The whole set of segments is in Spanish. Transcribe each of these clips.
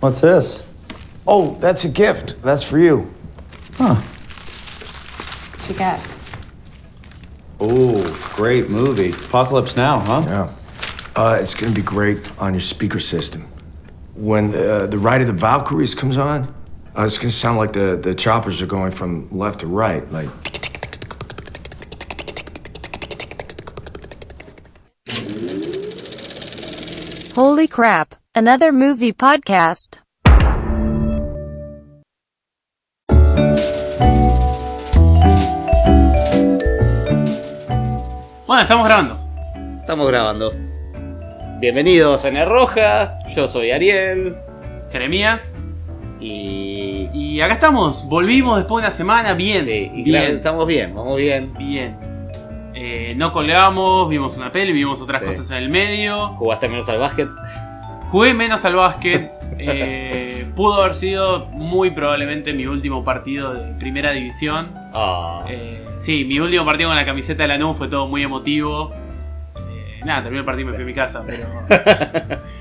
What's this? Oh, that's a gift. That's for you. Huh. What you got? Oh, great movie. Apocalypse Now, huh? Yeah. Uh, it's gonna be great on your speaker system. When uh, the Ride of the Valkyries comes on, uh, it's gonna sound like the, the choppers are going from left to right. Like, Holy crap. Another movie podcast. Bueno, estamos grabando. Estamos grabando. Bienvenidos a N Roja, yo soy Ariel Jeremías. y. Y acá estamos. Volvimos después de una semana. Bien. sí, y gra- bien. Estamos bien, vamos bien. Bien. Eh, no colgamos, vimos una peli, vimos otras Sí. cosas en el medio. ¿Jugaste menos al básquet? Jugué menos al básquet. eh, pudo haber sido muy probablemente mi último partido de primera división. Ah, Eh, sí, mi último partido con la camiseta de la NU fue todo muy emotivo. Eh, nada, terminé el partido y me fui a mi casa, pero.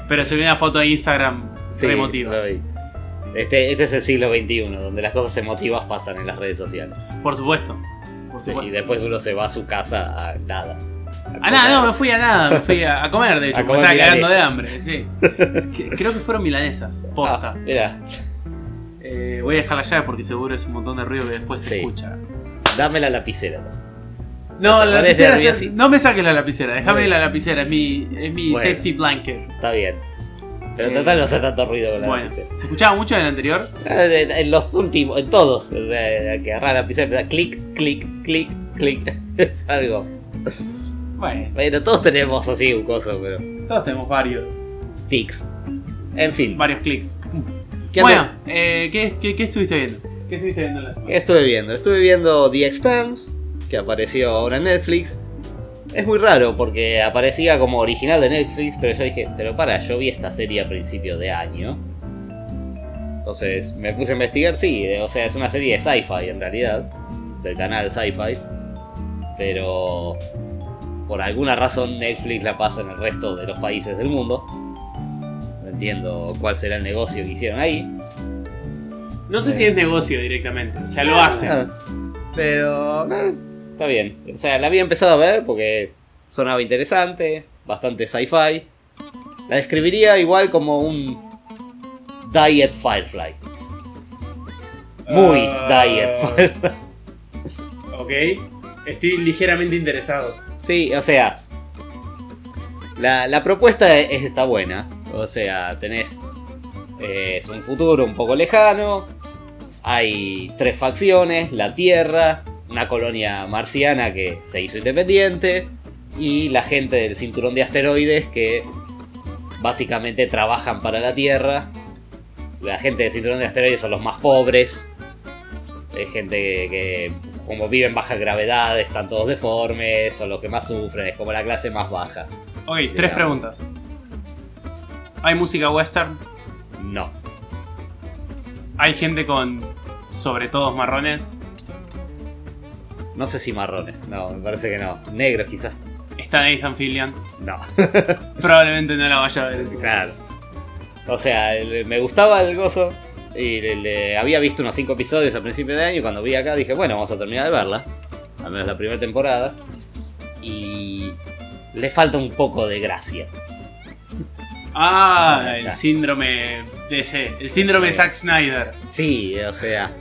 pero subí una foto de Instagram sí, re emotiva. lo vi. Este, este es el siglo XXI, donde las cosas emotivas pasan en las redes sociales. Por supuesto. Por Sí, supuesto. y después uno se va a su casa a nada. Ah, nada, no, me fui a nada, me fui a, a comer, de hecho, A porque comer estaba cagando de milanesa. hambre, sí. Es que Creo que fueron milanesas, posta. Ah, mira, Eh, voy a dejar la llave porque seguro es un montón de ruido que después se Sí. escucha. dame la lapicera. ¿no? No, ¿Te la parece, lapicera, Herbiasi? no me saques la lapicera, déjame Bueno. la lapicera, es mi, es mi Bueno. safety blanket. Está bien. Pero Eh, trata de no hacer tanto ruido con la Bueno, lapicera. ¿se escuchaba mucho en el anterior? Ah, En en los últimos, en todos, de- de que agarra la pizza, clic, clic, clic, clic. Es algo. Bueno, Bueno, todos tenemos así un coso, pero. todos tenemos varios, Tics. En fin, varios clics. ¿qué, andu- bueno, eh, ¿qué, qué, qué estuviste viendo? ¿Qué estuviste viendo en la qué semana? estuve viendo? Estuve viendo The Expanse, que apareció ahora en Netflix. Es muy raro porque aparecía como original de Netflix, pero yo dije, pero para, yo vi esta serie a principio de año. Entonces me puse a investigar, sí, eh, o sea, es una serie de sci-fi en realidad, del canal sci-fi. Pero por alguna razón Netflix la pasa en el resto de los países del mundo. No entiendo cuál será el negocio que hicieron ahí. No sé si Eh. es negocio directamente, o sea, lo Ah, hacen. Pero. eh, Está bien. O sea, la había empezado a ver porque sonaba interesante, bastante sci-fi. La describiría igual como un. Diet Firefly. Muy Ah. Diet pues. Firefly. Ok, estoy ligeramente interesado. Sí, o sea. La, la propuesta es- está buena. O sea, tenés. eh, es un futuro un poco lejano. Hay tres facciones: la Tierra, una colonia marciana que se hizo independiente. Y la gente del cinturón de asteroides que básicamente trabajan para la Tierra. La gente del cinturón de asteroides son los más pobres. Es gente que, que como vive en baja gravedad, están todos deformes, son los que más sufren, es como la clase más baja. Ok, tres preguntas. ¿Hay música western? No. ¿Hay gente con sobre todos marrones? No sé si marrones, no, me parece que no. Negros quizás. ¿Está Nathan Fillion? No, Probablemente no la vaya a ver. claro. O sea, el- me gustaba el gozo y le, le- había visto unos 5 episodios al principio de año y cuando vi acá dije, bueno, vamos a terminar de verla. Al menos la primera temporada. Y le falta un poco de gracia. Ah, el Claro. síndrome DC. El síndrome de Zack Snyder. Sí, o sea.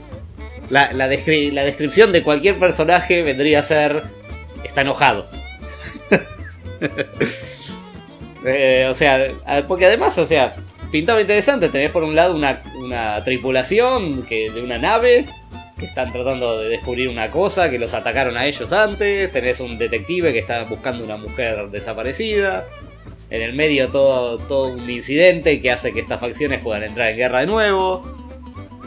La, la descri- la descripción de cualquier personaje vendría a ser. Está enojado. Eh, o sea, a- porque además, o sea, pintaba interesante. Tenés por un lado una, una tripulación que, de una nave que están tratando de descubrir una cosa, que los atacaron a ellos antes. Tenés un detective que está buscando una mujer desaparecida. En el medio todo, todo un incidente que hace que estas facciones puedan entrar en guerra de nuevo.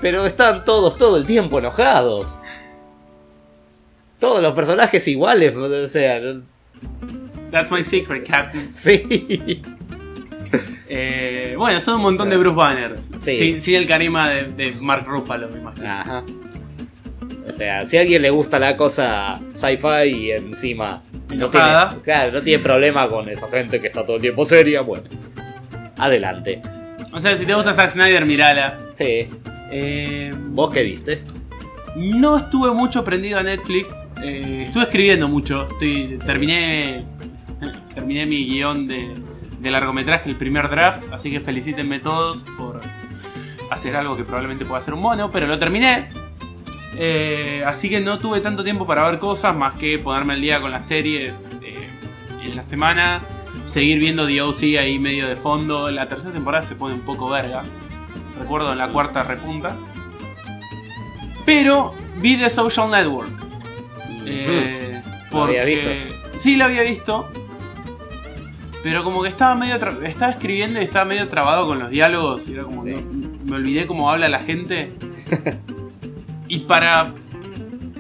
Pero están todos todo el tiempo enojados. Todos los personajes iguales, o sea, no- That's my secret, Captain. sí. Eh, bueno, son un montón de Bruce Banners. Sí. Ah. Sin, sin el carisma de, de Mark Ruffalo, me imagino. Ajá. O sea, si a alguien le gusta la cosa sci-fi y encima no Enojada. tiene, claro, no tiene problema con esa gente que está todo el tiempo seria, bueno. Adelante. Ok, O sea, si te gusta Zack Snyder, mirala. Sí. Eh, ¿Vos qué viste? no estuve mucho prendido a Netflix. eh, estuve escribiendo mucho. Estoy- terminé, terminé mi guión de, de largometraje, el primer draft. Así que felicítenme todos por hacer algo que probablemente pueda ser un mono, pero lo terminé. Eh, así que no tuve tanto tiempo para ver cosas más que ponerme al día con las series eh, en la semana. Seguir viendo The OC ahí medio de fondo. La tercera temporada se pone un poco verga. Recuerdo en la cuarta repunta. Pero vi The Social Network. Eh, ¿Lo había Sí, la había visto. Pero como que estaba medio tra- estaba escribiendo y estaba medio trabado con los diálogos. Y era como Sí. no- me olvidé cómo habla la gente. y para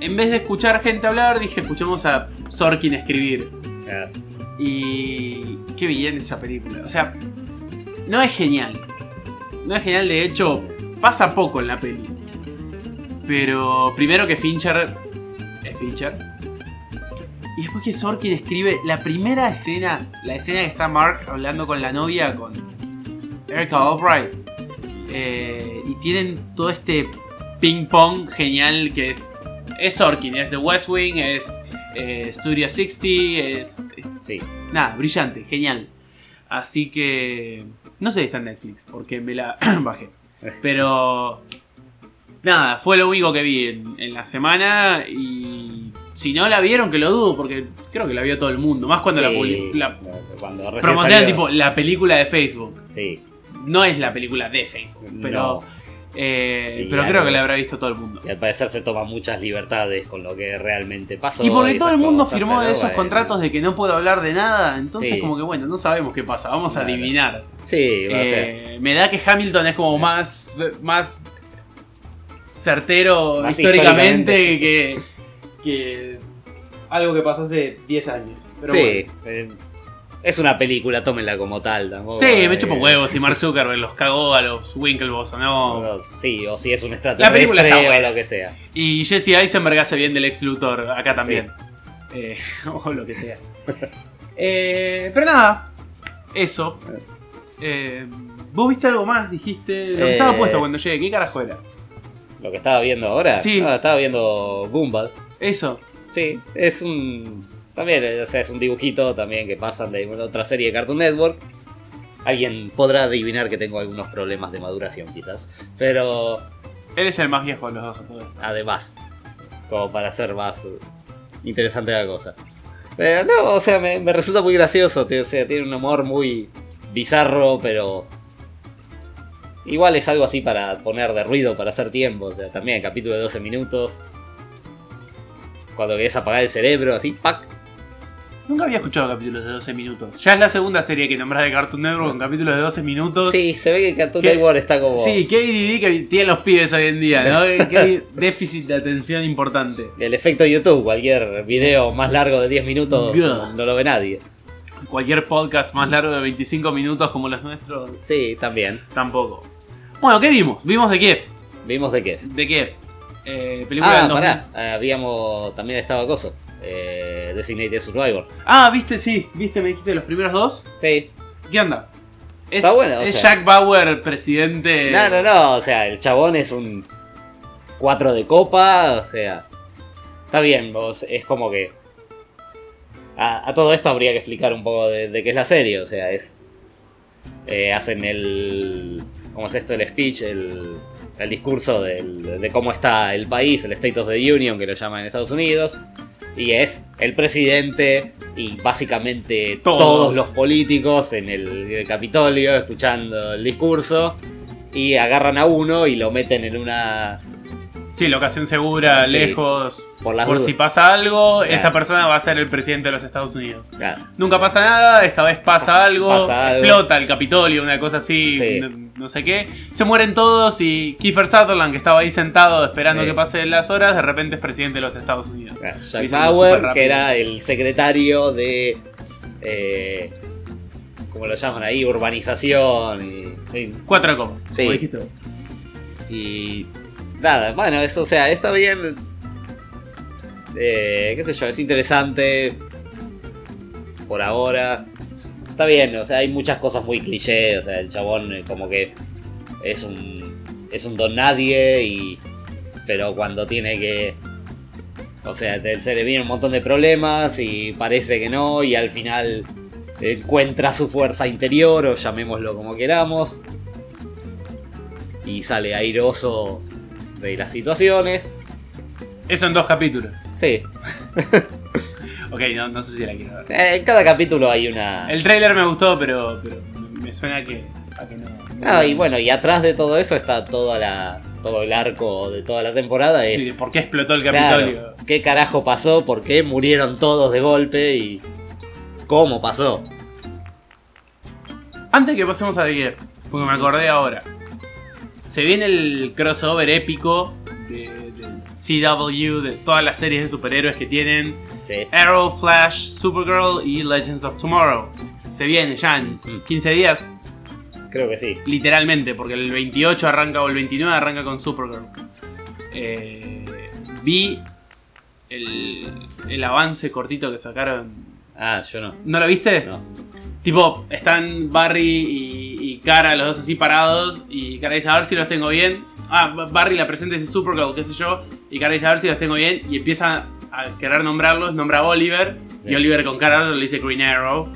en vez de escuchar gente hablar, dije escuchemos a Sorkin escribir. Ah, Y qué bien esa película. O sea, no es genial. No es genial, de hecho, pasa poco en la peli. Pero primero que Fincher es Fincher. Y después que Sorkin escribe la primera escena, la escena que está Mark hablando con la novia, con Erica Albright. eh, y tienen todo este ping pong genial que es... Es Sorkin, es The West Wing, es eh, Studio 60, es- es sí. Nada, brillante, genial. Así que. No sé si está en Netflix, porque me la bajé. Pero. Nada, fue lo único que vi en, en la semana. Y. Si no la vieron, que lo dudo, porque creo que la vio todo el mundo. Más cuando la, Sí, publi- la cuando recién promocionan, salió. tipo, la película de Facebook. Sí. No es la película de Facebook, pero. No. eh, Y pero ya creo no. que la habrá visto todo el mundo. Y al parecer se toman muchas libertades con lo que realmente pasó. Y porque y todo esas el mundo cosas, firmó pero esos bueno. contratos de que no puedo hablar de nada, entonces eh. Sí. como que bueno, no sabemos qué pasa, vamos a Claro. adivinar. Sí, va a ser. Eh, me da que Hamilton es como más, más certero Más históricamente, Que, que algo que pasó hace 10 años. Pero sí. bueno. eh, es una película, tómenla como tal. Tampoco, Sí, me eh, chupo huevos y Mark Zuckerberg los cagó a los Winklevoss, ¿o no? no, sí, o si es un La película está extraterrestre buena. o lo que sea. Y Jesse Eisenberg hace bien del ex Luthor acá también. Eh, o lo que sea. Eh, pero nada, eso. Eh, Vos viste algo más, dijiste. Lo que estaba Eh. puesto cuando llegué, ¿qué carajo era? Lo que estaba viendo ahora. Sí. Ah, estaba viendo Gumball. Eso. Sí, es un. También, eh, o sea, es un dibujito también que pasan de una- otra serie de Cartoon Network. Alguien podrá adivinar que tengo algunos problemas de maduración, quizás. Pero, Él es el más viejo de los dos. todo esto. además, como para hacer más eh, interesante la cosa. Eh, no, o sea, me, me resulta muy gracioso. tío, o sea, tiene un humor muy bizarro, pero. Igual es algo así para poner de ruido, para hacer tiempo. O sea, también capítulo de 12 minutos. Cuando querés apagar el cerebro, así, ¡pac! Nunca había escuchado capítulos de 12 minutos. Ya es la segunda serie que nombrás de Cartoon Network con capítulos de 12 minutos. Sí, se ve que Cartoon ¿Qué? Network está como. Sí, qué ADD que tienen los pibes hoy en día, ¿no? Qué déficit de atención importante. El efecto YouTube, cualquier video más largo de 10 minutos Gah. no lo ve nadie. Cualquier podcast más largo de 25 minutos como los nuestros, Sí, también. tampoco. Bueno, ¿qué vimos? Vimos The Gift. Vimos de qué. The Gift. Eh, película Ah, del 2000. pará. Habíamos. También estaba Coso. Eh, Designated Survivor. Ah, viste, sí, viste, me dijiste los primeros dos. Sí. ¿Qué onda? Es, Está bueno, o es sea. Jack Bauer, presidente. No, no, no. O sea, el chabón es un. 4 de copa. O sea. Está bien, vos. Es como que. A, a todo esto habría que explicar un poco de, de qué es la serie. O sea, es. eh, hacen el. ¿Cómo es esto? El speech, el, el discurso del- de cómo está el país, el State of the Union, que lo llaman en Estados Unidos. Y es el presidente y básicamente Todos. todos, los políticos en el, el Capitolio escuchando el discurso. Y agarran a uno y lo meten en una. Sí, locación segura, Sí. lejos. Por las Por dudas. si pasa algo, esa Claro. persona va a ser el presidente de los Estados Unidos. Nada, Nunca pasa nada, esta vez pasa algo, Pasa algo. explota el Capitolio, una cosa así, Sí. no, no sé qué. Se mueren todos y Kiefer Sutherland, que estaba ahí sentado esperando Sí. que pasen las horas, de repente es presidente de los Estados Unidos. nada. Lo Jack hicieron súper Bauer, rápido, que era sí. el secretario de. Eh, ¿Cómo lo llaman ahí? Urbanización. y- y Cuatro copas. Sí. como dijiste vos. Y nada, bueno, eso, o sea, está bien. Eh, qué sé yo, es interesante. Por ahora. Está bien, o sea, hay muchas cosas muy cliché. O sea, el chabón eh, como que es un, es un don nadie y... Pero cuando tiene que... O sea, te- se le viene un montón de problemas y parece que no y al final encuentra su fuerza interior o llamémoslo como queramos. Y sale airoso de las situaciones. Eso en dos capítulos. Sí, Ok, no, no sé si la quiero ver. eh, en cada capítulo hay una... El trailer me gustó, pero, pero me suena que, a que no. No, Ah, y bueno, y atrás de todo eso está toda la, todo el arco de toda la temporada. Es, Sí, ¿Por qué explotó el claro, Capitolio? ¿Qué carajo pasó? ¿Por qué murieron todos de golpe? ¿Y cómo pasó? Antes que pasemos a The Gift, porque me acordé ahora. Se viene el crossover épico de, de CW, de todas las series de superhéroes que tienen. Sí. Arrow, Flash, Supergirl y Legends of Tomorrow. Se viene ya en 15 días, Creo que sí. literalmente, porque el 28 arranca o el 29 arranca con Supergirl. Eh, vi el, el avance cortito que sacaron. Ah, yo no. ¿No lo viste? No. Tipo, están Barry y, y Cara, los dos así parados. Y Cara dice, a ver si los tengo bien. Ah, Ba- Barry la presenta y dice Supergirl, qué sé yo. Y Cara dice, a ver si los tengo bien. Y empieza a querer nombrarlos, nombra a Oliver. Y Bien. Oliver con Cara le dice Green Arrow.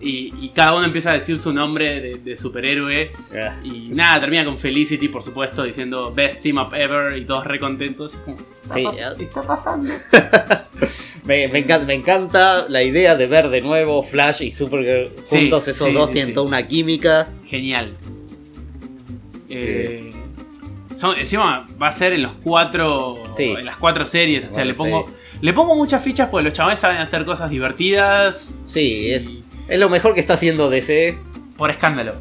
Y, y cada uno empieza a decir su nombre de, de superhéroe. Ah, Y nada, termina con Felicity, por supuesto, diciendo Best Team Up Ever. Y todos recontentos. Como, Sí, eh. ¿Qué está pasando? me, me encanta, me encanta la idea de ver de nuevo Flash y Supergirl Sí, juntos. Esos sí, dos sí, tienen sí. toda una química. Genial. Eh, son- encima va a ser en los cuatro. Sí. En las cuatro series. O sea, Bueno, le pongo. Le pongo muchas fichas porque los chavales saben hacer cosas divertidas. Sí, y- es, es lo mejor que está haciendo DC. Por escándalo.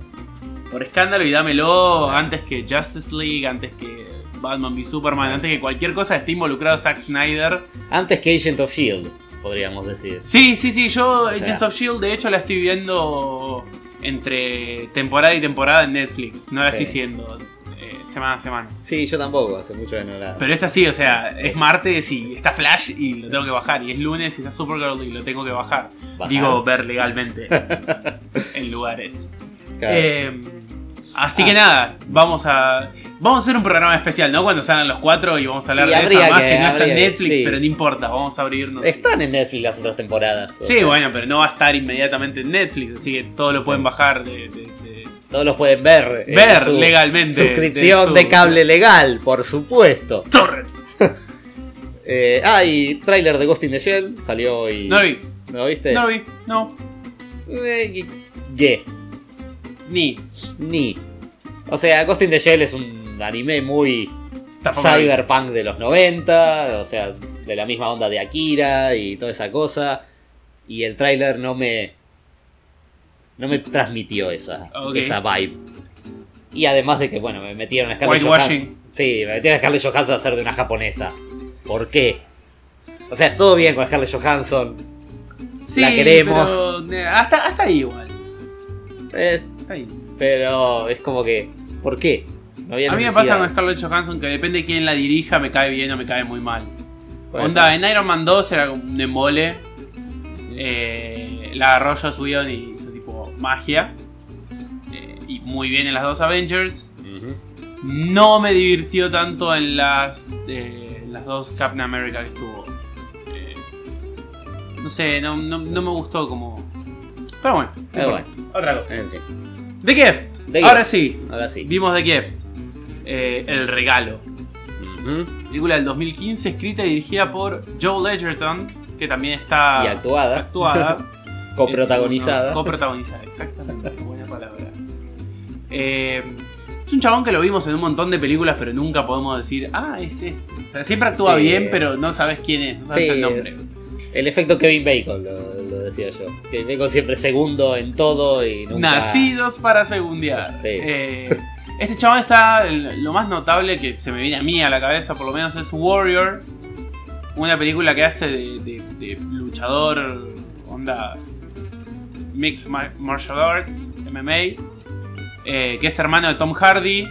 Por escándalo y dámelo antes que Justice League, antes que Batman v Superman, antes que cualquier cosa esté involucrado Zack Snyder. Antes que Agent of Shield, E podríamos decir. Sí, sí, sí, yo Agents sea. of Shield E de hecho la estoy viendo entre temporada y temporada en Netflix. No la Sí. estoy siendo eh, semana a semana. Sí, yo tampoco, hace mucho que no la. Pero esta sí, o sea, es martes y está Flash y lo tengo que bajar. Y es lunes y está Supergirl y lo tengo que bajar. Bajar. Digo, ver legalmente en lugares. Claro. Ah. Eh, así que nada, vamos a. Vamos a hacer un programa especial, ¿no? Cuando salgan los cuatro y vamos a hablar Y de eso. habría Además que- que, no está en habría que- Netflix, sí. pero no importa, vamos a abrirnos. Están en Netflix las otras temporadas. o Sí, sea, bueno, pero no va a estar inmediatamente en Netflix, así que todo lo pueden bajar de- de- de, Todos los pueden ver. eh, en Ver legalmente, Suscripción de, de su- cable legal, por supuesto. Torrent. Eh, ah, y tráiler de Ghost in the Shell salió hoy. No lo vi, ¿No lo viste? no lo vi, no, Eh, y- ye, ni. ni. O sea, Ghost in the Shell es un anime muy Tampoco lo vi. cyberpunk de los 90, o sea, de la misma onda de Akira y toda esa cosa. Y el tráiler no me. No me transmitió esa, Ok. esa vibe. Y además de que, bueno, me metieron a Scarlett Whitewashing. Johansson. Sí, me metieron a Scarlett Johansson a ser de una japonesa. ¿Por qué? O sea, todo bien con Scarlett Johansson. Sí, La queremos. pero, eh, hasta, hasta ahí igual. eh, hasta ahí. pero es como que. ¿Por qué? No había A mí me pasa necesidad. con Scarlett Johansson que depende de quién la dirija, me cae bien o me cae muy mal. Puede Onda, ser. en Iron Man 2 era como un embole. Eh, la agarró Joss Whedon y hizo tipo magia. Eh, y muy bien en las dos Avengers. Ujú. No me divirtió tanto en las, eh, en las dos Captain America que estuvo. Eh, no sé, no, no- no me gustó como. Pero bueno, no Pero importa. otra cosa. En fin, The Gift. The Ahora Gift. Ah. sí. ahora sí. Vimos The Gift. eh, el regalo. Ujú. Película del 2015 escrita y dirigida por Joe Ledgerton, que también está Y actuada. actuada. Coprotagonizada. Es uno- Coprotagonizada, exactamente. Buena palabra. Eh, es un chabón que lo vimos en un montón de películas, pero nunca podemos decir, ah, es este. O sea, siempre actúa Sí. bien, pero no sabes quién es, no sabes Sí, el nombre. es el efecto Kevin Bacon, lo, lo decía yo. Kevin Bacon siempre segundo en todo y nunca. Nacidos para segundear. Sí. Eh, este chabón está. Lo más notable que se me viene a mí a la cabeza, por lo menos, es Warrior. Una película que hace de, de- de luchador. Onda. Mixed Mar- Martial Arts, MMA. eh, que es hermano de Tom Hardy.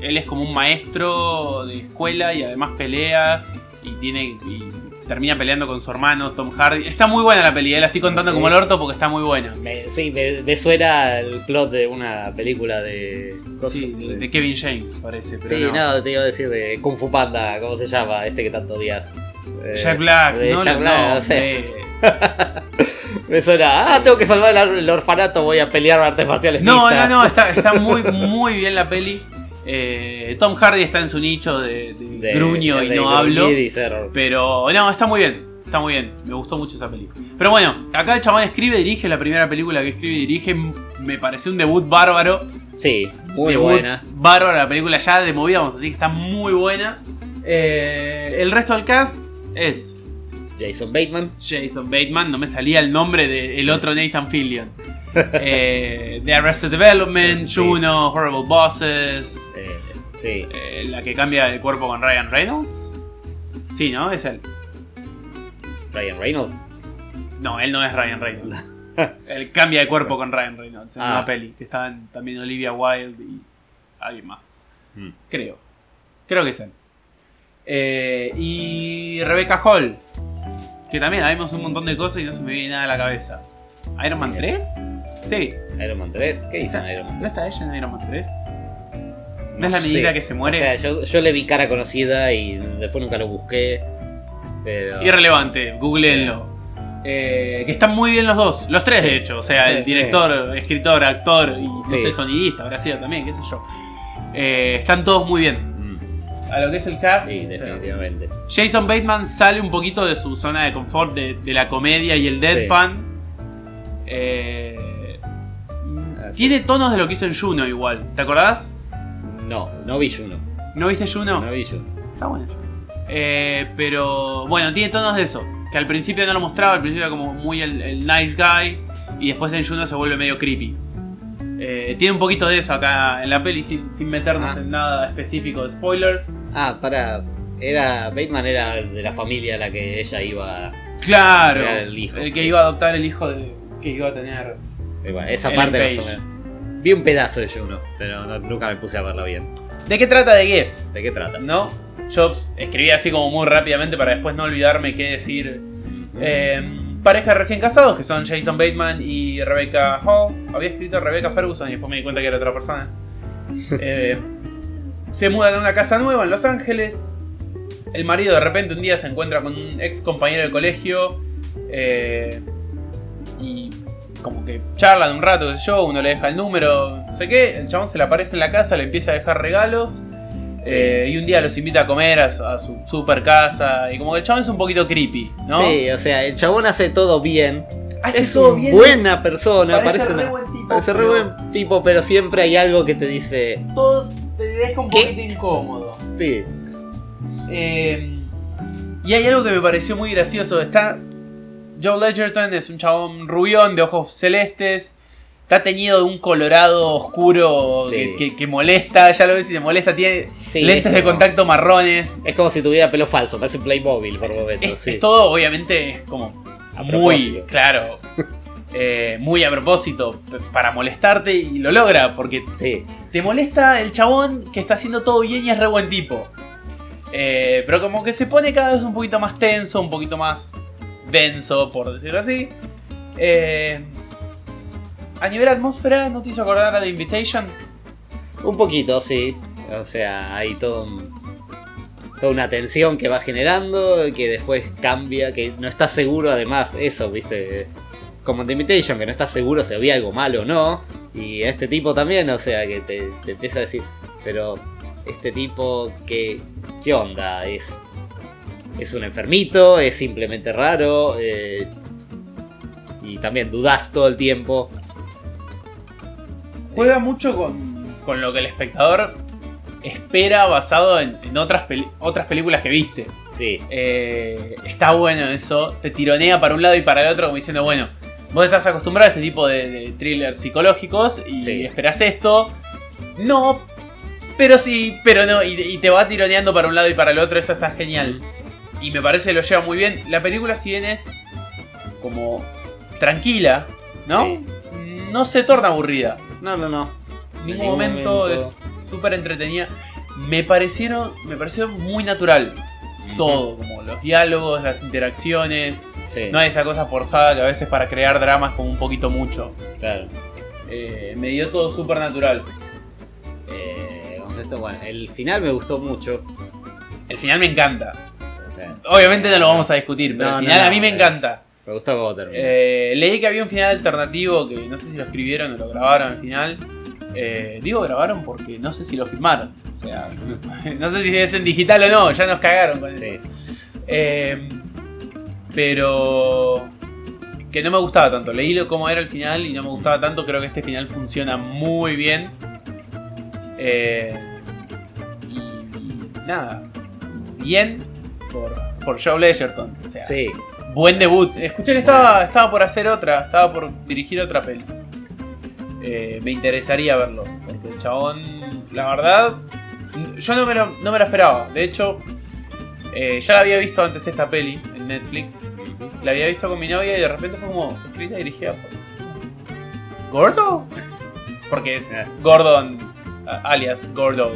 Él es como un maestro de escuela y además pelea. Y tiene. y termina peleando con su hermano Tom Hardy. Está muy buena la peli, eh, la estoy contando como el orto porque está muy buena. Me- sí, me, me suena el plot de una película de. Sí, de, de Kevin James parece, pero Sí, no. no. te iba a decir de Kung Fu Panda, ¿cómo se llama? Este que tanto odias. Eh, Jack Black, de no, Eh, Jack no, Black, no, no sé. de- Me suena, ah, tengo que salvar el, or- el orfanato, voy a pelear artes marciales No, no, mixtas. no, está, está muy, muy bien la peli. Eh, Tom Hardy está en su nicho de, de De- gruño y de no gruñir hablo. y ser- Pero no, está muy bien. Está muy bien. Me gustó mucho esa película. Pero bueno, acá el chabón escribe, dirige la primera película que escribe y dirige. m- Me pareció un debut bárbaro. Sí, muy Debut buena. Bárbaro la película ya de movida, vamos a decir que está muy buena. Eh, el resto del cast es Jason Bateman. Jason Bateman, no me salía el nombre del otro Nathan Fillion. Eh, de Arrested Development, Sí. Juno, Horrible Bosses. eh, sí. eh, la que cambia de cuerpo con Ryan Reynolds. Sí, ¿no? Es él. Ryan Reynolds. No, él no es Ryan Reynolds. él cambia de cuerpo con Ryan Reynolds en Ah. una peli. Que estaban también Olivia Wilde y alguien más. Hmm. Creo. Creo que es él. Eh, y Rebecca Hall. Que también la vimos un montón de cosas y no se me viene nada a la cabeza. ¿Iron Man 3? Sí. Iron Man 3. ¿Qué hizo en Iron Man ¿No 3? está ella en Iron Man 3? ¿No es la amiguita que se muere? O sea, yo, yo le vi cara conocida y después nunca lo busqué. Pero. Irrelevante, googleenlo. Eh, que están muy bien los dos, los tres de hecho, o sea, el Sí, director, escritor, actor y no Sí. sé, sonidista, habrá sido también, qué sé yo. Eh, están todos muy bien. Mm, A lo que es el cast, sí, o sea, definitivamente. Jason Bateman sale un poquito de su zona de confort de, de la comedia y el deadpan. Eh, Así. tiene tonos de lo que hizo en Juno igual, ¿te acordás? No, no vi Juno. ¿No viste Juno? No, vi Juno. Está bueno. Eh, pero bueno, tiene tonos de eso. Que al principio no lo mostraba, al principio era como muy el, el nice guy. Y después en Juno se vuelve medio creepy. Eh, tiene un poquito de eso acá en la peli, sin, sin meternos Ah. en nada específico de spoilers. Ah, para. Era. Bateman era de la familia a la que ella iba. Claro, Era el hijo, que sí. iba a adoptar el hijo de, que iba a tener. eh, bueno, esa Ellen parte más o Page. menos. Vi un pedazo de Juno, pero no- nunca me puse a verla bien. ¿De qué trata The Gift? ¿De qué trata? ¿No? Yo escribí así como muy rápidamente para después no olvidarme qué decir. Eh, pareja de recién casados que son Jason Bateman y Rebecca Hall. Había escrito Rebecca Ferguson y después me di cuenta que era otra persona. Eh, se mudan a una casa nueva en Los Ángeles. El marido de repente un día se encuentra con un ex compañero de colegio. eh, y como que charlan un rato, qué sé yo, uno le deja el número, no sé qué. El chabón se le aparece en la casa, le empieza a dejar regalos. eh, y un día los invita a comer a su, a su super casa. Y como que el chabón es un poquito creepy, ¿no? Sí, o sea, el chabón hace todo bien. Hace es todo una bien. buena persona, Parece parece, re una- buen tipo, parece re pero- buen tipo, pero siempre hay algo que te dice. Todo te deja un ¿Qué? poquito incómodo. Sí, Eh, y hay algo que me pareció muy gracioso. Está. Joe Ledgerton es un chabón rubión de ojos celestes. Está teñido de un colorado oscuro Sí. que, que- que molesta. Ya lo ves y se molesta. Tiene Sí, lentes es de como- contacto marrones. es como si tuviera pelo falso, parece un Playmobil por momentos. Es, sí. es todo, obviamente, es como A muy propósito. claro. eh, muy a propósito. p- Para molestarte y lo logra. Porque Sí, te molesta el chabón que está haciendo todo bien y es re buen tipo. Eh, pero como que se pone cada vez un poquito más tenso, un poquito más denso, por decirlo así. Eh, a nivel atmósfera, ¿no te hizo acordar a The Invitation? un poquito, sí. O sea, hay todo un- toda una tensión que va generando, que después cambia, que no estás seguro, además, eso, viste. Como en The Invitation, que no estás seguro si había algo malo o no. Y este tipo también, o sea, que te, te empieza a decir, pero este tipo, ¿qué, qué onda? ¿Es, ¿Es un enfermito? ¿Es simplemente raro? Eh, y también dudás todo el tiempo. Juega mucho con, con lo que el espectador espera basado en, en otras, peli- otras películas que viste. Sí, Eh, está bueno eso. Te tironea para un lado y para el otro, como diciendo, bueno, vos estás acostumbrado a este tipo de, de thrillers psicológicos y Sí. esperás esto. No, pero sí, pero no. Y, y te va tironeando para un lado y para el otro. Eso está genial. Y me parece que lo lleva muy bien. La película, si bien es como tranquila, ¿no? Sí. No se torna aburrida. No, no, En no. En ningún ningún momento, momento. es súper entretenida. Me parecieron, me pareció muy natural. todo, como los diálogos, las interacciones. Sí, No hay esa cosa forzada que a veces para crear dramas como un poquito mucho. claro. Eh, me dio todo súper natural. Eh, vamos a esto, bueno, el final me gustó mucho. El final me encanta. O sea, Obviamente no lo vamos a discutir, pero No, el no, final no, a mí me eh. encanta. Me gustó cómo terminó. Eh, leí que había un final alternativo que no sé si lo escribieron o lo grabaron al final. Eh, digo grabaron porque no sé si lo firmaron. O sea, no sé si es en digital o no, ya nos cagaron con eso. Sí. Eh, pero que no me gustaba tanto. Leí lo- cómo era el final y no me gustaba tanto. Creo que este final funciona muy bien. Eh, y, y nada, bien por, por Joe Ledgerton. O sea, Sí, Buen debut. Escuchen, estaba, estaba por hacer otra, estaba por dirigir otra peli. Eh, me interesaría verlo, porque el chabón, la verdad, yo no me lo, no me lo esperaba. De hecho, eh, ya la había visto antes esta peli en Netflix. La había visto con mi novia y de repente fue como escrita y dirigida por... ¿Gordo? Porque es Eh. Gordon, a- alias Gordo.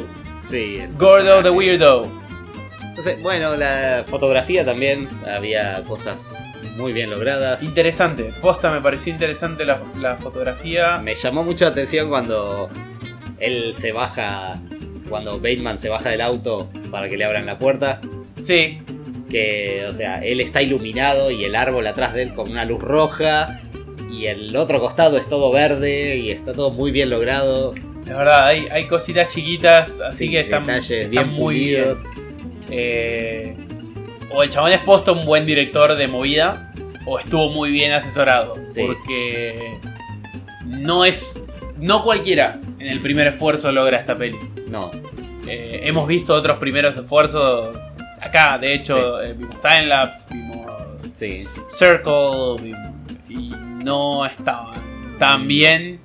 sí. el Gordo the personaje. Weirdo. Entonces, bueno, la fotografía también. Había cosas muy bien logradas. Interesante, posta, me pareció interesante la, la fotografía. Me llamó mucho la atención cuando él se baja. Cuando Bateman se baja del auto para que le abran la puerta. Sí, que, o sea, él está iluminado y el árbol atrás de él con una luz roja y el otro costado es todo verde y está todo muy bien logrado. Es verdad, hay, hay cositas chiquitas, así Sí, que están, detalles están bien muy bien. pulidos. Eh, o el chabón es posto un buen director de movida, o estuvo muy bien asesorado. Sí. Porque no es. No cualquiera en el primer esfuerzo logra esta peli. No, Eh, hemos visto otros primeros esfuerzos acá, de hecho, eh, vimos Time Lapse, vimos sí, Circle y- y no estaban Mm. tan bien,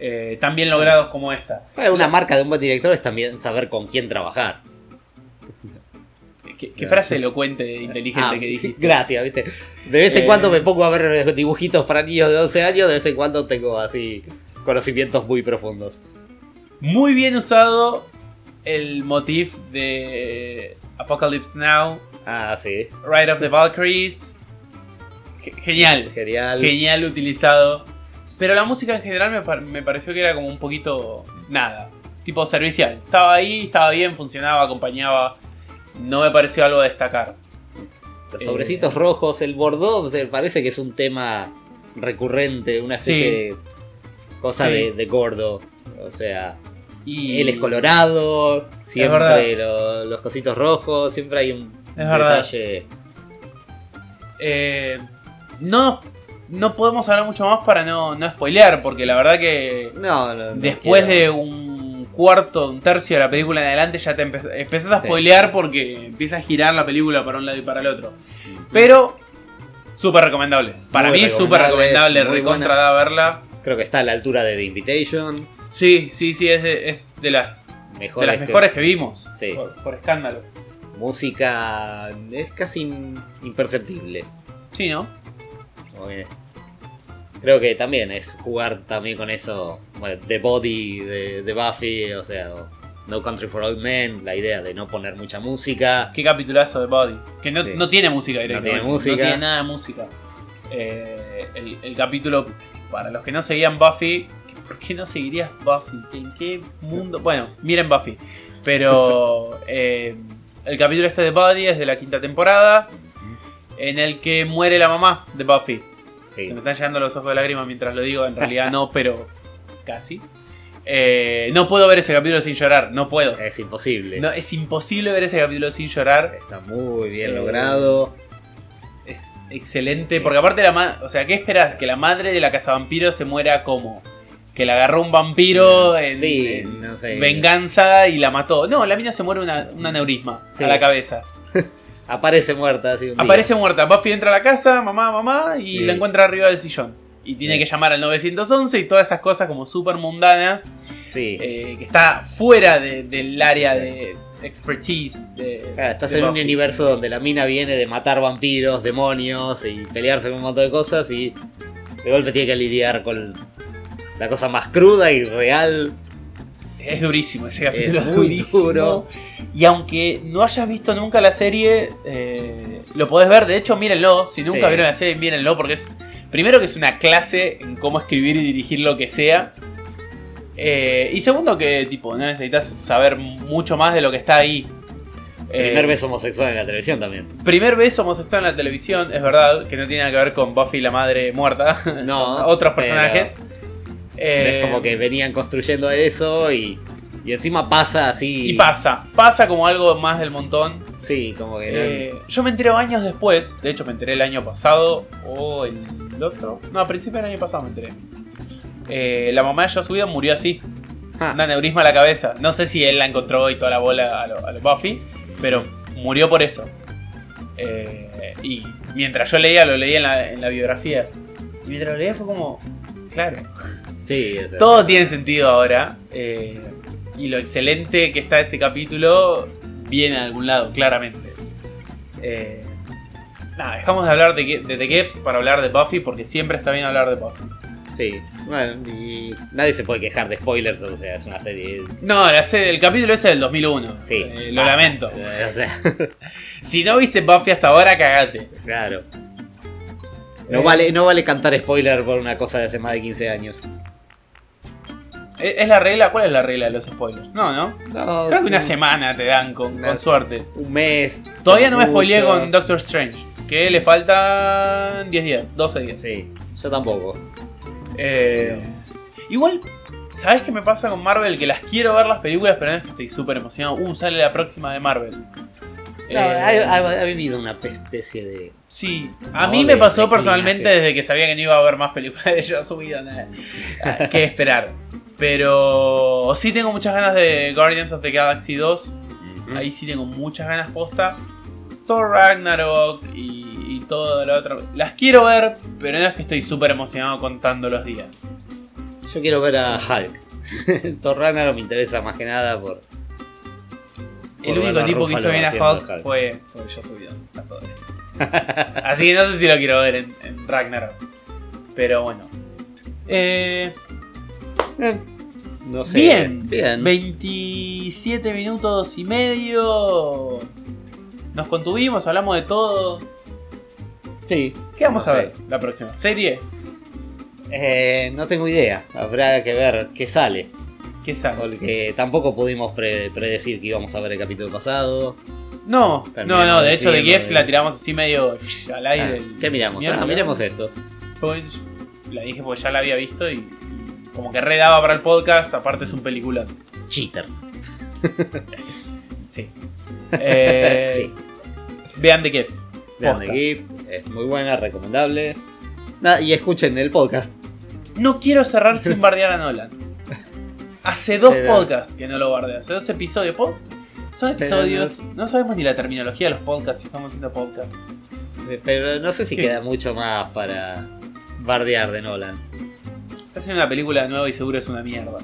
eh, tan bien logrados como esta. Bueno, una marca de un buen director es también saber con quién trabajar. Qué, qué frase elocuente e inteligente Ah, que dijiste. Gracias, viste. De vez en Eh. cuando me pongo a ver dibujitos para niños de 12 años, de vez en cuando tengo así conocimientos muy profundos. Muy bien usado el motif de eh, Apocalypse Now, Ah, sí, Ride of the Valkyries. Ge- Genial, genial. genial utilizado. Pero la música en general me, par- me pareció que era como un poquito nada, tipo servicial. Estaba ahí, estaba bien, funcionaba, acompañaba. No me pareció algo a destacar. Eh, Los sobrecitos rojos, el Bordeaux, eh, parece que es un tema recurrente, una especie de cosa Sí. de, de gordo. O sea, Y él es colorado, verdad. siempre lo- los cositos rojos, siempre hay un Es verdad. detalle. Eh, no, no podemos hablar mucho más para no, no spoilear, porque la verdad que No, no, no después quiero- de un cuarto, un tercio de la película en adelante ya te empe- empezás a Sí. spoilear porque empieza a girar la película para un lado y para el otro. Pero súper recomendable. Para Muy mí súper recomendable, recomendable, muy recontra buena. da verla. Creo que está a la altura de The Invitation. Sí, sí, sí, es de, es de las, Mejor este de las mejores que vimos. Sí. Por, por escándalo. Música es casi in- imperceptible. Sí, ¿no? Como que- Creo que también es jugar también con eso, bueno, The Body de, de Buffy, o sea, o No Country for Old Men, la idea de no poner mucha música. Qué capitulazo de Body. Que no, Sí. no tiene música directamente. tiene música. tiene nada de música. Eh, el, el capítulo, para los que no seguían Buffy, ¿por qué no seguirías Buffy? ¿En qué mundo? Bueno, miren Buffy. Pero eh, el capítulo este de Body es de la quinta temporada. En el que muere la mamá de Buffy. Sí, Se me están llenando los ojos de lágrimas mientras lo digo. En realidad no, pero casi. Eh, no puedo ver ese capítulo sin llorar. No puedo. es imposible. No, es imposible ver ese capítulo sin llorar. Está muy bien Eh, logrado. Es excelente. Porque aparte la ma- O sea, ¿qué esperas? Que la madre de la cazavampiro se muera como. Que la agarró un vampiro en, Sí, en no sé. venganza y la mató. No, la mina se muere una, un aneurisma Sí. a la cabeza. Aparece muerta así un día. Aparece muerta. Buffy entra a la casa, mamá, mamá, y Sí. la encuentra arriba del sillón. Y tiene Sí. que llamar al 911 y todas esas cosas como súper mundanas. Sí. eh, que está fuera de- del área de expertise. De, Claro, estás de en un Buffy. universo donde la mina viene de matar vampiros, demonios y pelearse con un montón de cosas y de golpe tiene que lidiar con la cosa más cruda y real Es es durísimo ese capítulo. Es Es muy durísimo. duro. Y aunque no hayas visto nunca la serie, eh, lo podés ver. De hecho, mírenlo. Si nunca Sí. vieron la serie, mírenlo porque es. Primero que es una clase en cómo escribir y dirigir lo que sea. Eh, y segundo que tipo, no necesitas saber mucho más de lo que está ahí. Eh, Primer beso homosexual en la televisión también. Primer beso homosexual en la televisión, es verdad, que no tiene nada que ver con Buffy la madre muerta. No, Son otros pero- personajes. Eh, es como que venían construyendo eso y, y encima pasa así. Y pasa, pasa como algo más del montón. Sí, como que. no- Eh, yo me entero años después, de hecho me enteré el año pasado o el otro. No, a principios del año pasado me enteré. Eh, la mamá de Joss Whedon murió así, Ah, un aneurisma a la cabeza. No sé si él la encontró y toda la bola a los Buffy, pero murió por eso. Eh, y mientras yo leía, lo leía en la, en la biografía. Y mientras lo leía fue como, claro, sí, o sea, todo tiene sentido ahora. eh, y lo excelente que está ese capítulo viene de algún lado, claramente. Eh, nada, dejamos de hablar de, Ge- de The Gift para hablar de Buffy porque siempre está bien hablar de Buffy. Sí. Bueno, y nadie se puede quejar de spoilers, o sea, es una serie. No, la serie- el capítulo ese es del 2001. Sí. Eh, lo Ah, lamento. O sea, Si no viste Buffy hasta ahora, cagate. claro. Eh, No vale, no vale cantar spoiler por una cosa de hace más de 15 años. ¿Es es la regla? ¿Cuál es la regla de los spoilers? No, ¿no? No, Creo que una un- semana te dan con, Una con se- suerte. Un mes. Todavía no me mucho. spoileé con Doctor Strange, que le faltan 10 días, 12 días. Sí, yo tampoco. Eh, igual, ¿sabes qué me pasa con Marvel? Que las quiero ver las películas, pero no es que estoy súper emocionado. Uh, sale la próxima de Marvel. No, Eh, ha, ha- ha vivido una especie de. Sí, a No, mí de- me de pasó inclinación. personalmente desde que sabía que no iba a haber más películas de Joss Whedon eh, que esperar. Pero sí tengo muchas ganas de Guardians of the Galaxy 2. Mm. Ahí sí tengo muchas ganas posta. Thor Ragnarok y, y todo lo otro. Las quiero ver, pero no es que estoy súper emocionado contando los días. Yo quiero ver a Hulk. Thor Ragnarok me interesa más que nada por. El por único Bernard tipo que hizo Ruffalo bien a haciendo Hulk Hulk. fue, fue Joss Whedon, a todo esto. Así que no sé si lo quiero ver en, en Ragnarok. Pero bueno. Eh, Eh, no sé. bien. Bien. 27 minutos y medio. Nos contuvimos, hablamos de todo. Sí. ¿Qué vamos no a sé. ver la próxima? ¿Serie? Eh, no tengo idea. Habrá que ver qué sale. ¿Qué sale? Porque tampoco pudimos pre- predecir que íbamos a ver el capítulo pasado. No, no, Terminamos no. De hecho, de diciendo Gift de- la tiramos así medio shh, al Ah, aire. ¿Qué miramos? Mierda. Ah, miremos esto. Pues, la dije porque ya la había visto y, y como que redaba para el podcast. Aparte, es un película. Cheater. Sí. Eh, sí. Vean The Gift. Vean Posta. The Gift. Es muy buena, recomendable. Nada, y escuchen el podcast. No quiero cerrar sin bardear a Nolan. Hace dos Pero- podcasts que no lo bardeo. Hace dos episodios. po- Son episodios. No... sabemos ni la terminología de los podcasts. si Estamos haciendo podcasts. Eh, Pero no sé si Sí. queda mucho más para bardear de Nolan. Está haciendo una película de nuevo y seguro es una mierda.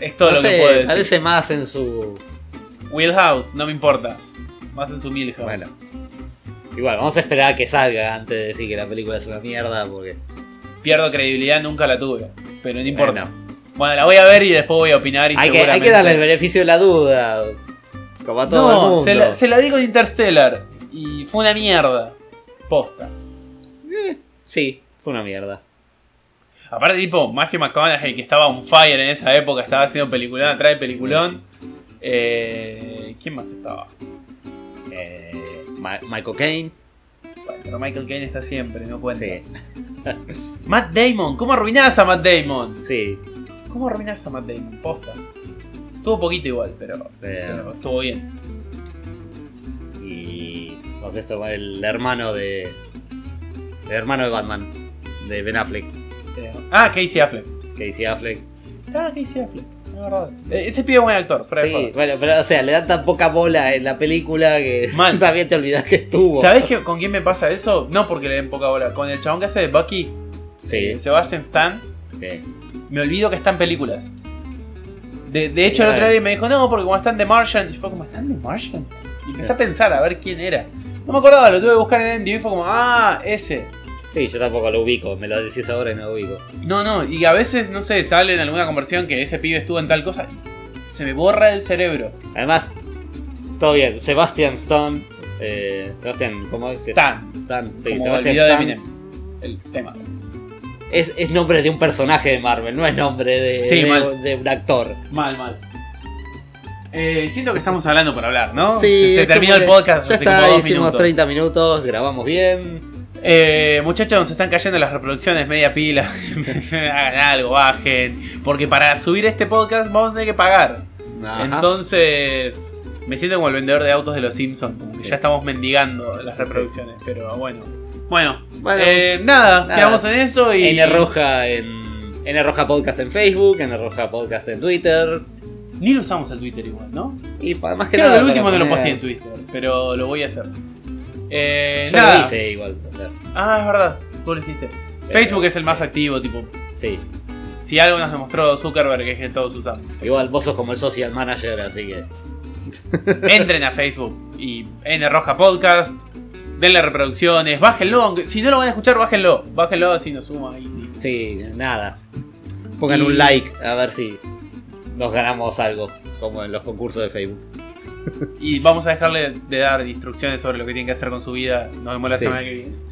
Es todo no lo sé, que puedo decir. parece más en su. Wheelhouse, no me importa. Más en su Milhouse. Bueno. Igual, vamos a esperar a que salga antes de decir que la película es una mierda. Porque. Pierdo credibilidad, nunca la tuve. Pero no Eh, importa. Bueno. Bueno, la voy a ver y después voy a opinar y hay, que, hay que seguramente- darle el beneficio de la duda. Como a todo el No, mundo. se la, se la di con Interstellar y fue una mierda. Posta. Sí, fue una mierda. Aparte, tipo, Matthew McConaughey, que estaba on fire en esa época, estaba haciendo peliculón, atrás de peliculón. Eh, ¿Quién más estaba? Eh, Ma- Michael Caine. Bueno, pero Michael Caine está siempre, no cuenta. Sí, Matt Damon, ¿cómo arruinás a Matt Damon? sí. ¿Cómo arruinás a Matt Damon? Posta. Estuvo poquito igual, pero, pero estuvo bien. Y. Vamos, esto con el hermano de. El hermano de Batman. De Ben Affleck. Eh, ah, Casey Affleck. Que decía Affleck. Estaba Casey Affleck, es verdad. Eh, ese pibe es buen actor, fuera de Sí, joda. bueno, pero o sea, le dan tan poca bola en la película que Mal. también te olvidas que estuvo. ¿Sabés qué- con quién me pasa eso? No porque le den poca bola. Con el chabón que hace de Bucky, Sí, eh, Sebastian Stan, sí. me olvido que están películas. De, de hecho, el otro Claro. día me dijo, no, porque como están de Martian. Y fue como, ¿están de Martian? Y empecé a pensar, a ver quién era. No me acordaba, lo tuve que buscar en NDB y fue como, ah, ese. Sí, yo tampoco lo ubico, me lo decís ahora y no lo ubico. No, no, y a veces, no sé, sale en alguna conversión que ese pibe estuvo en tal cosa. Se me borra el cerebro. Además, todo bien, Sebastian Stone. Eh, Sebastian, ¿cómo es? Stan. Stan, sí, como el Sebastian video de Stan. Eminem. El tema. Es, es nombre de un personaje de Marvel, no es nombre de, Sí, de- mal. de un actor. Mal, mal. Eh, siento que estamos hablando por hablar, ¿no? Sí, se se es terminó como el que podcast Ya hace como está, dos hicimos minutos. 30 minutos, grabamos bien. Eh, muchachos, nos están cayendo las reproducciones media pila. Hagan algo, bajen. Porque para subir este podcast vamos a tener que pagar. Ajá. Entonces, me siento como el vendedor de autos de los Simpsons. como que Sí. Ya estamos mendigando las reproducciones, pero bueno. Bueno, Bueno, eh, nada, nada. quedamos en eso y. N Roja en N Roja Podcast en Facebook, N Roja Podcast en Twitter. Ni lo usamos el Twitter igual, ¿no? Y pa- más que Creo nada. que el último para no lo poner- pasé en Twitter, pero lo voy a hacer. Eh, Yo nada. lo hice igual. o sea, Ah, es verdad, tú lo hiciste. Facebook es el más activo, tipo. sí. Si algo nos demostró Zuckerberg es que todos usamos. Igual vos sos como el social manager, así que. Entren a Facebook y N Roja Podcast. Denle reproducciones, bájenlo. aunque- si no lo van a escuchar, bájenlo. Bájenlo así nos suma. Y, Sí, nada. Pongan Y- un like a ver si nos ganamos algo, como en los concursos de Facebook. y vamos a dejarle de dar instrucciones sobre lo que tienen que hacer con su vida. Nos vemos la Sí. semana que viene.